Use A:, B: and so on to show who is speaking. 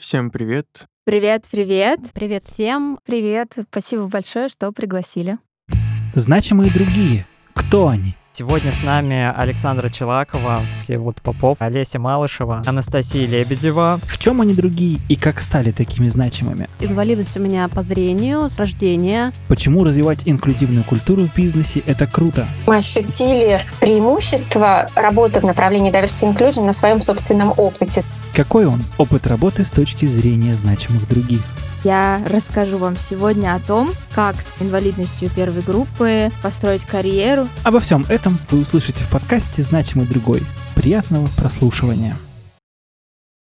A: Всем привет.
B: Привет, привет.
C: Привет всем. Привет. Спасибо большое, что пригласили.
D: Значимые другие. Кто они?
E: Сегодня с нами Александра Челакова, Всеволод Попов, Олеся Малышева, Анастасия Лебедева.
D: В чем они другие и как стали такими значимыми?
F: Инвалидность у меня по зрению, с рождения.
D: Почему развивать инклюзивную культуру в бизнесе – это круто?
G: Мы ощутили преимущество работы в направлении Diversity Inclusion на своем собственном опыте.
D: Какой он? Опыт работы с точки зрения значимых других.
B: Я расскажу вам сегодня о том, как с инвалидностью первой группы построить карьеру.
D: Обо всем этом вы услышите в подкасте «Значимый другой». Приятного прослушивания!